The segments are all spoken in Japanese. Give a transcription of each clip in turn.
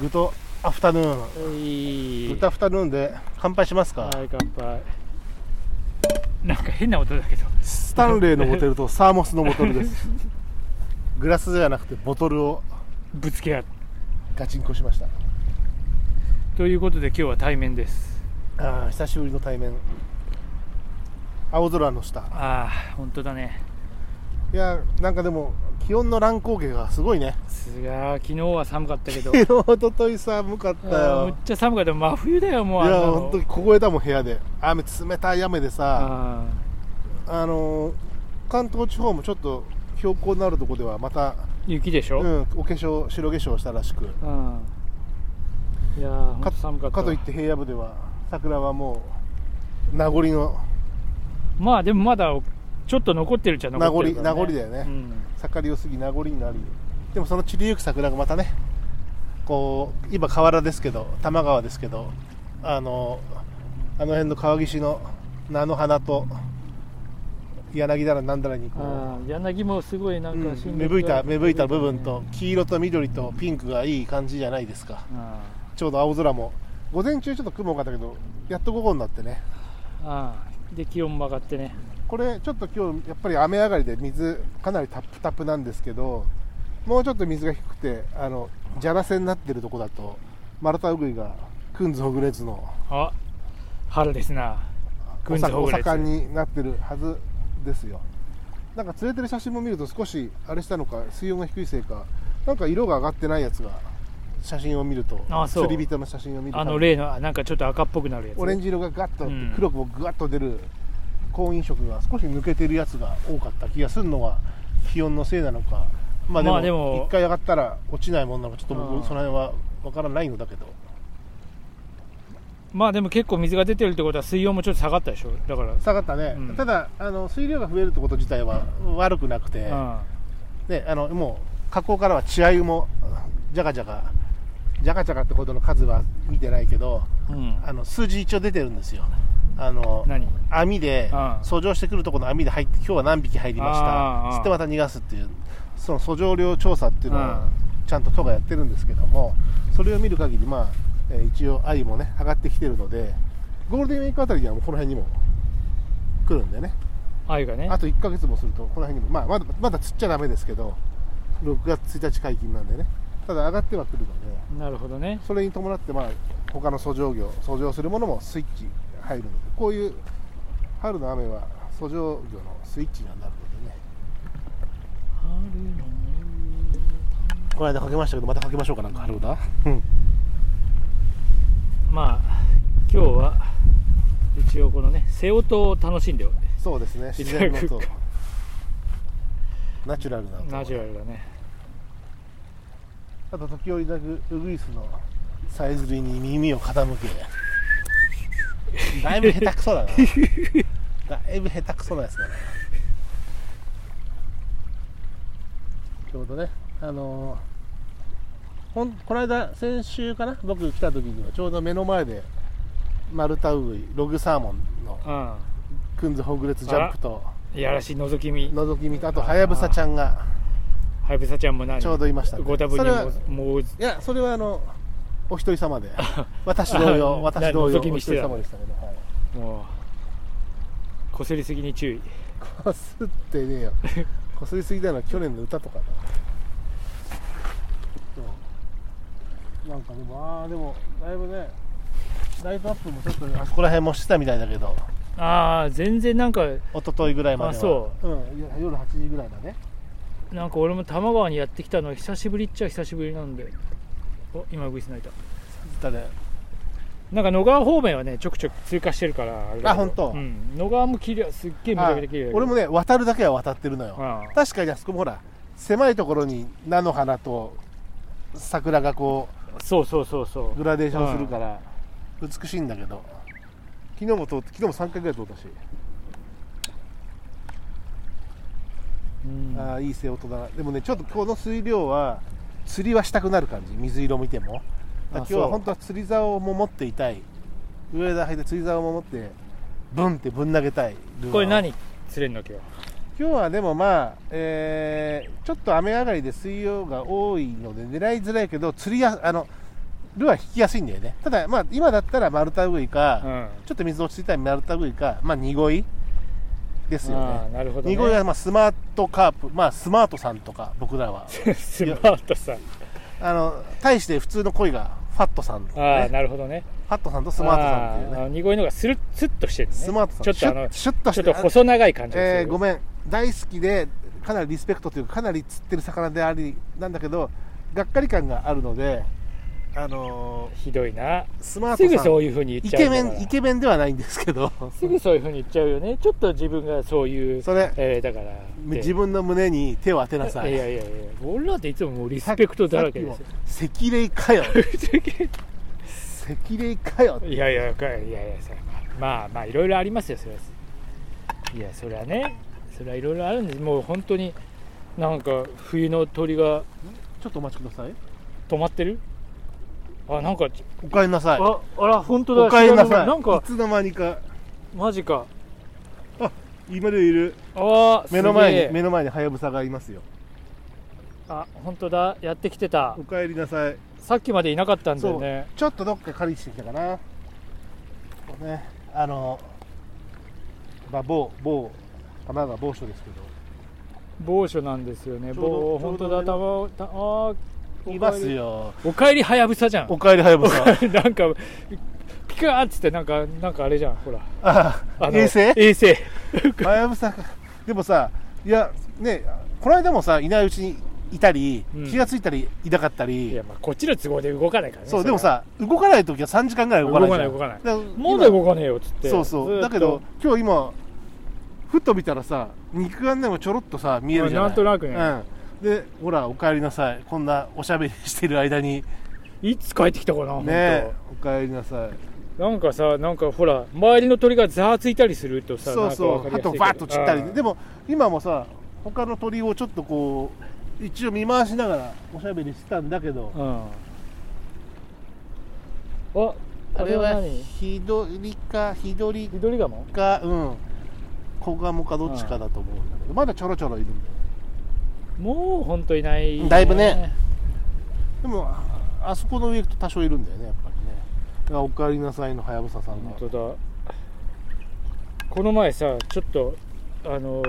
グッドアフタヌーンいグッドアフタヌーンで乾杯しますか、はい乾杯なんか変な音だけどスタンレーのボトルとサーモスのボトルです グラスじゃなくてボトルをぶつけ合うガチンコしましたということで今日は対面ですあー久しぶりの対面青空の下ああ本当だねいやなんかでも気温の乱高下がすごい ねすが昨日は寒かった けど昨日おととい寒かっあたーよむっちゃ寒かった真冬だよもいうあんなやの本当に凍えたもん部屋で雨冷たい雨でさああのー関東地方もちょっと標高のあるとこではまた、ー雪でしょ、ううんん、お化粧白化粧したらしくいやー本か当寒かったかといって平野部では桜はもう名残のまあでもまだちょっと残ってるっちゃ残ってるか名残ら、ね、名残だよねうん盛りを過ぎ名残になりでもその散りゆく桜がまたねこう今河原ですけど多摩川ですけどあのあの辺の川岸の菜の花と柳だらなんだらにこうあー柳もすごいなんかうん、芽吹いた芽吹いた部分と黄色と緑とピンクがいい感じじゃないですかあちょうど青空も午前中ちょっと雲があったけどやっと午後になってねーあーで気温も上がってねこれちょっと今日やっぱり雨上がりで水かなりタップタップなんですけどもうちょっと水が低くてあのじゃらせになってるとこだとマルタウグイがクンズホグレツのあ春ですなお軍事さ法お律盛んになってるはずですよなんか釣れてる写真も見ると少しあれしたのか水温が低いせいかなんか色が上がってないやつが写真を見るとあそう釣り人の写真を見るとあの例のあなんかちょっと赤っぽくなるやつオレンジ色がガッとあってうん黒くもグワッと出る婚姻色が少し抜けてるやつが多かった気がするのは気温のせいなのかままああででもも一回上がったら落ちないもんなのかちょっとうん僕その辺はわからないのだけどまあでも結構水が出てるってことは水温もちょっと下がったでしょだから下がったね、うんただあの水量が増えるってこと自体は悪くなくて、ね、あのもう河口からは血合いもじゃがじゃがじゃがじゃがってほどの数は見てないけどうん、うん、あの数字一応出てるんですよあの何網でうん遡上してくるところの網で入って今日は何匹入りましあーあたーつってまた逃がすっていうその遡上量調査っていうのはうんちゃんと都がやってるんですけどもそれを見る限りまあ、えー一応鮎もね上がってきてるのでゴールデンウィークあたりにはもうこの辺にも来るんでね愛がねあと1ヶ月もすると、この辺にも、まあ、まだまだ釣っちゃだめですけど、6月1日解禁なんでね、ただ上がってはくるので、なるほどねそれに伴って、まあ他の遡上業、遡上するものもスイッチ入るので、こういう春の雨は遡上業のスイッチにはなるのでね、春のこの間かけましたけど、またかけましょうか、なんか春だ。まあ今日は一応このね瀬音を楽しんでそうですね、自然のいた だ音くか、ナチュラルな音ナチュラルだねあと時折鳴くウグイスのさえずりに耳を傾けだいぶ下手くそだなだいぶ下手くそなやつだなちょうどねあのーほんこの間先週かな僕来た時にはちょうど目の前でマルタウグイログサーモンのうんクンズホグレツジャンプといやらしい覗き見覗き見たあとハヤブサちゃんがはやぶさちゃんも何ちょうどいましたねご多分それはにももういや、それはあの、お一人様 で、私同あ様、私同様、覗きお見一して人た様でしたけど、はい、もうこすりすぎに注意こすってねえよ、こすりすぎたのは去年の歌とかだ。そうなんかでも、ああ、でも、だいぶね、ライトアップもちょっと、あそこら辺もしてたみたいだけど、ああ全然なんか一昨日ぐらいまでは、あそうん、夜夜8時ぐらいだね、なんか俺も多摩川にやってきたのは久しぶりっちゃ久しぶりなんでお今グイス泣いた歌で、なんか野川方面はねちょくちょく通過してるからあれだけどあ本当うん、野川もきれいすっげえめちゃめちゃ綺麗だけど俺もね、渡るだけは渡ってるのよ。あ確かにあそこもほら狭いところに菜の花と桜がこあそうそうそうそうグラデーションするから美しいんだけど昨日も通って昨日も3回ぐらい通ったし、う、うん、ああいい瀬音だなでもねちょっとこの水量は釣りはしたくなる感じ水色見てもだから今あ日そうは本当は釣り竿も持っていたい上田履いて釣り竿も持ってブンってぶん投げたいルアーをこれ何釣れんの今日今日はでもまあ、えーちょっと雨上がりで水曜が多いので狙いづらいけど釣りやあのルアー引きやすいんだよねただまあ今だったら丸太ウグイか、うんちょっと水落ち着いたら丸太ウグイかまあ濁いですよああねなるほど、ね、濁いはまあスマートカープまあスマートさんとか僕 らは スマートさんあの対して普通の鯉がファットさんとかああねなるほどねファットさんとスマートさんっていうあねーあの濁いのがスルッスッとしてるねスマートさんちょっとあのシュッシュッとちしょってと細長い感じがする、えーごめん大好きでかなりリスペクトというかかなり釣ってる魚でありなんだけどがっかり感があるのであのひどいなースマーすぐトさそんういうふうにイ言っちゃケうかメらンイケメンではないんですけどすぐ そういうふうに言っちゃうよねちょっと自分がそういうそれえーだから自分の胸に手を当てなさいいやいやいや俺らっていつももうリスペクトだらけですよさっきも赤霊かよ赤霊かよ いやいやこれいやいやそれはまあまあいろいろありますよそれはいやそれはねそれはいろいろあるんですもう本当になんか冬の鳥がちょっとお待ちください止まってるあなんか、お帰りなさいああら本当だお帰りな知さらないなんかいつの間にかマジか今でいるああ目の前に目目の前にハヤブサがいますよあ本当だやってきてたお帰りなさいさっきまでいなかったんだよねちょっとどっか狩りしてきたかな。ここね、あの、まあ、某、某、玉川某所ですけど、某所なんですよねちょうど某ちょ本う当どだたまたあーおいます帰りよ。おかえりはやぶさじゃんお帰りはやぶさ。なんかピカーっつってなんかなんかあれじゃんほらあ あの衛星衛星 はやぶさが。でもさ、いや、ね、この間もさ、いないうちにいたり、うん気がついたり、いなかったいりや、まあこっちの都合で動かないからねそう、れでもさ、動かないときは3時間ぐらい動かないじゃん。動かない動かないもうで動かねえよっつってそうずそっう。とだけど、今日今、ふっと見たらさ、肉眼でもちょろっとさ、見えるじゃない。なんとなくね、うん、でほらお帰りなさいこんなおしゃべりしてる間にいつ帰ってきたかな本当ねお帰りなさいなんかさなんかほら周りの鳥がざわついたりするとさそうそうな鳩んかとわバーッかりやすいけどと散ったあーりでも今もさ他の鳥をちょっとこう一応見回しながらおしゃべりしてたんだけどうんああれは何ひどりかひどり緑ガモかうんコガモかどっちかだと思うんだけどまだちょろちょろいるんだよもう本当いない、だいぶねでもああそこの上行くと多少いるんだよねやっぱりねだからお帰りなさいのはやぶささんが本当だこの前さちょっとあの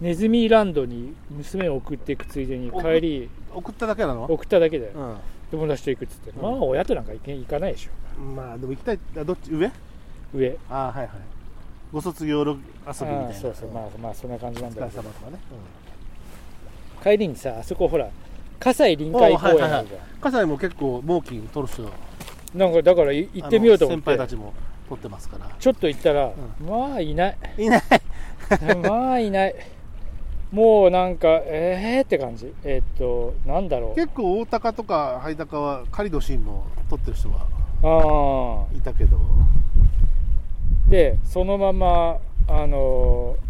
ネズミランドに娘を送っていくついでに送っ帰り送っただけなの送っただけだようん友達と行くっつって、うんまあ親となんか行け行かないでしょまあでも行きたいあどっち上上ああはいはいご卒業ろ遊びみたいあーなそうそうまあまあそんな感じなんお疲だれけど様とかね、帰りにさあそこほら葛西臨海公園あるじゃん、うん、葛西も結構猛禽取る人なんかだからい行ってみようと思あっの先輩たてちも取ってますからちょっと行ったら、うまあいないいないまあいないもうなんかええー、って感じえーっとなんだろう結構大鷹とかハイタカは狩りのシーンも取ってる人はああいたけどでそのままあのー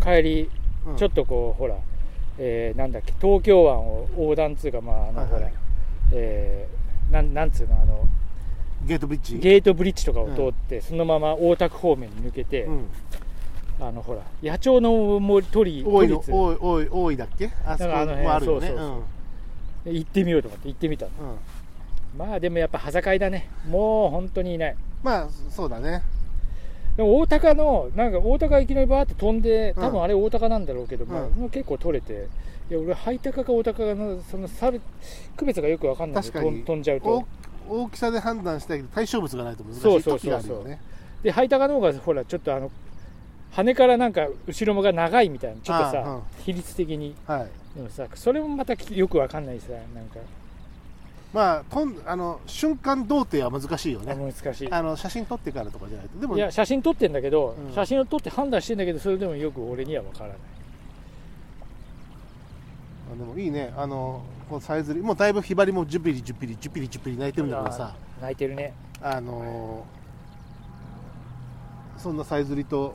帰りちょっととこうほら、えーなんだっけ東京湾を横断っつうかまああのはいほはいら、えーなんなんつうのあのゲートブリッジゲートブリッジとかを通って、そのまま大田区方面に抜けて、うん、あのほら野鳥の森鳥多い鳥の立多い多い多いだっけあそこなんかあの辺もあるよねそううそうん行ってみようと思って行ってみたのうんまあでもやっぱ端境だねもう本当にいないまあそうだねでも大高のなんか大高いきなりバーって飛んでうん多分あれ大高なんだろうけど、まあうんもう結構取れていや俺ハイタカか大高のその差別区別がよく分かんないで確かに飛ん飛んじゃう大と大きさで判断したいけど対象物がないと難しいそうそうそうそう時があるよねでハイタカの方がほらちょっとあの羽からなんか後ろもが長いみたいなちょっとさ、あ比率的にはいでもさそれもまたきよく分かんないさなんかまあ、とんあの瞬間同定は難しいよね、難しいあの写真撮ってからとかじゃないと、でもいや写真撮ってんだけど、うん写真を撮って判断してんだけどそれでもよく俺には分からないあでもいいね、あのこのさえずり、もうだいぶひばりもジュピリジュピリジュピリジュピリ泣いてるんだからさ、泣いてるねあのーそんなさえずりと、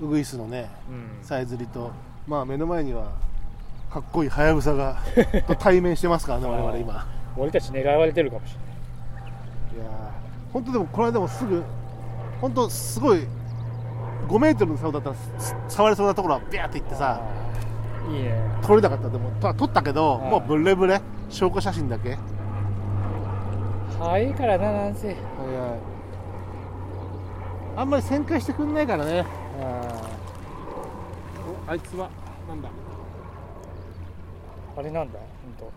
ウグイスのね、うんさえずりと、まあ、目の前にはかっこいいハヤブサ がと対面してますからね、我々今。俺たち狙われてるかもしれないいやー本当でもこの間もすぐ本当すごい5メートルの竿だったらす触れそうなところはビャーって行ってさあーいいね撮れなかったでもと撮ったけどはいもうブレブレ証拠写真だけ可愛いからななんせ早いあんまり旋回してくんないからねあおあいつはなんだあれなんだ本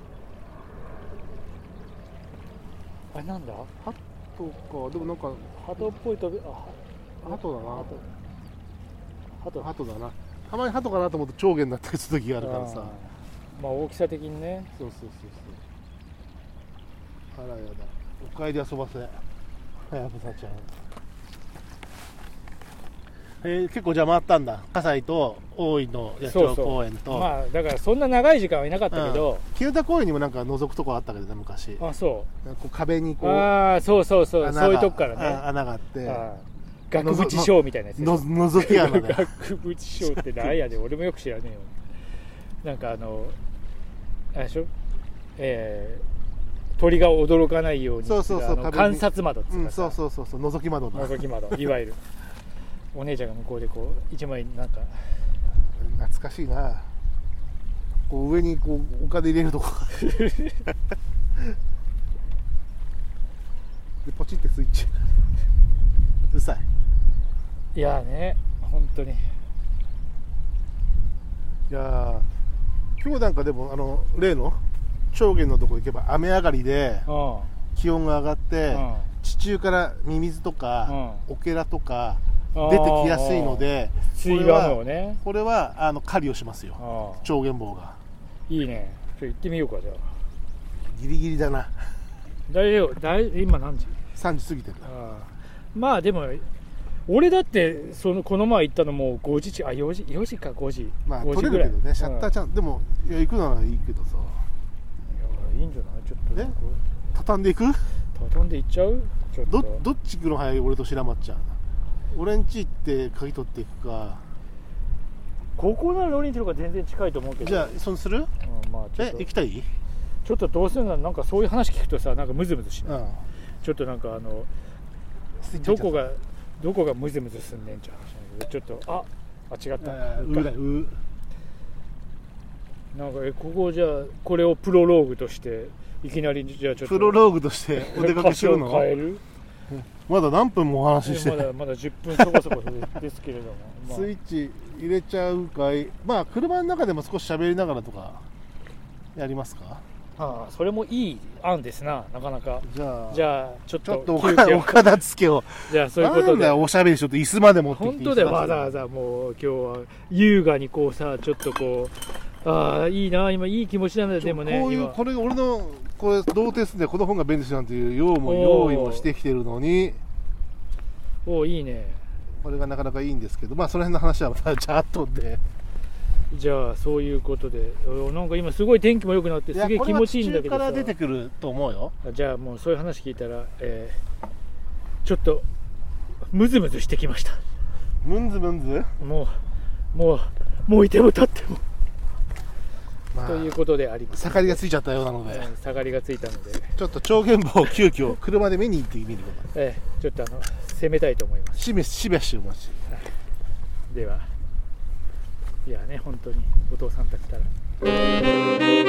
当あれなんだそうかでもなんかハトっぽい飛びあハ鳩だなハトハト鳩だなたまに鳩かなと思って長弦だったりする時があるからさまあ大きさ的にねそうそうそうそうあらやだおかえり遊ばせはやぶさちゃんえー、結構じゃあ回ったんだ葛西と大井の野そう鳥そう公園とまあだからそんな長い時間はいなかったけど、清田公園にもなんか覗くとこあったけどね昔こあそう壁にこうああそうそうそう穴がそういうとこかあら穴があってねあー額縁ショーみたいなやつでしょの覗き穴 で額縁ショーってなんやねん俺もよく知らねえよなんかあのあれでしょえー鳥が驚かないようにそうそうそうあの壁に観察窓っつううんかさそうそうそうそう覗き窓だ覗き窓いわゆるお姉ちゃんが向こうでこう一枚なんか懐かしいなこう上にこうお金入れる とこでポチってスイッチうるさいいやーね本当にいやー今日なんかでもあの例の長原のとこ行けば雨上がりでうん気温が上がって、うん地中からミミズとか、オケラとかあー出てきやすいので水がもうねこれはあの狩りをしますよああ長原棒がいいねちょっと行ってみようかじゃあギリギリだな大丈夫大今何時3時過ぎてるなああまあでも俺だってそのこの前行ったのもう5時ちあ4時4時か5時まあ取5時れぐるらけいどねシャッターチャンス、でもいや行くならいいけどさうんいやいいんじゃないちょっとえなんか畳んでいく畳んで行っちゃうちょっとどどっち行くの早い俺と白松ちゃん俺んち行って鍵取っていくかここならロリンテルが全然近いと思うけどじゃあそのするうんまあちょっえと行きたいちょっとどうするのなんかそういう話聞くとさなんかムズムズしない、んちょっとなんかあのどこがどこがムズムズすんねんって話なんだけどちょっとああ違った、うなんーだかようーなんかえここじゃあこれをプロローグとしていきなりじゃあちょっとプロローグとしてお出かけするの 歌詞を変えるまだ何分もお話ししてま だまだ10分そこそこですけれども、まあスイッチ入れちゃうかいまあ車の中でも少し喋りながらとかやりますかああそれもいい案ですななかなかじゃあじゃあちょっちょっとと休岡憩を岡田付けを じゃあそういうこなとんだでよおしゃべりちょっと椅子まで持ってきて本当で椅子まわざわざもう今日は優雅にこうさちょっとこうああいいな今いい気持ちなんだよでもねこういう今これ俺のこれ同定するんでこの本が便利ですなんていう用もお用ー意もしてきてるのにおおいいねこれがなかなかいいんですけどまあその辺の話はまたチャットでじゃあそういうことでおなんか今すごい天気も良くなってすげえ気持ちいいんだけどこれは地中から出さてくると思うよじゃあもうそういう話聞いたら、えーちょっとムズムズしてきましたムンズムンズ、もうもうもういても立ってもまあということであります盛りがついちゃったようなのでうん下がりがついたので、ちょっと超現場を急遽車で見に行ってみることえーちょっとあの攻めたいと思いますしめしべしお待ちではいやね本当にお父さんたちから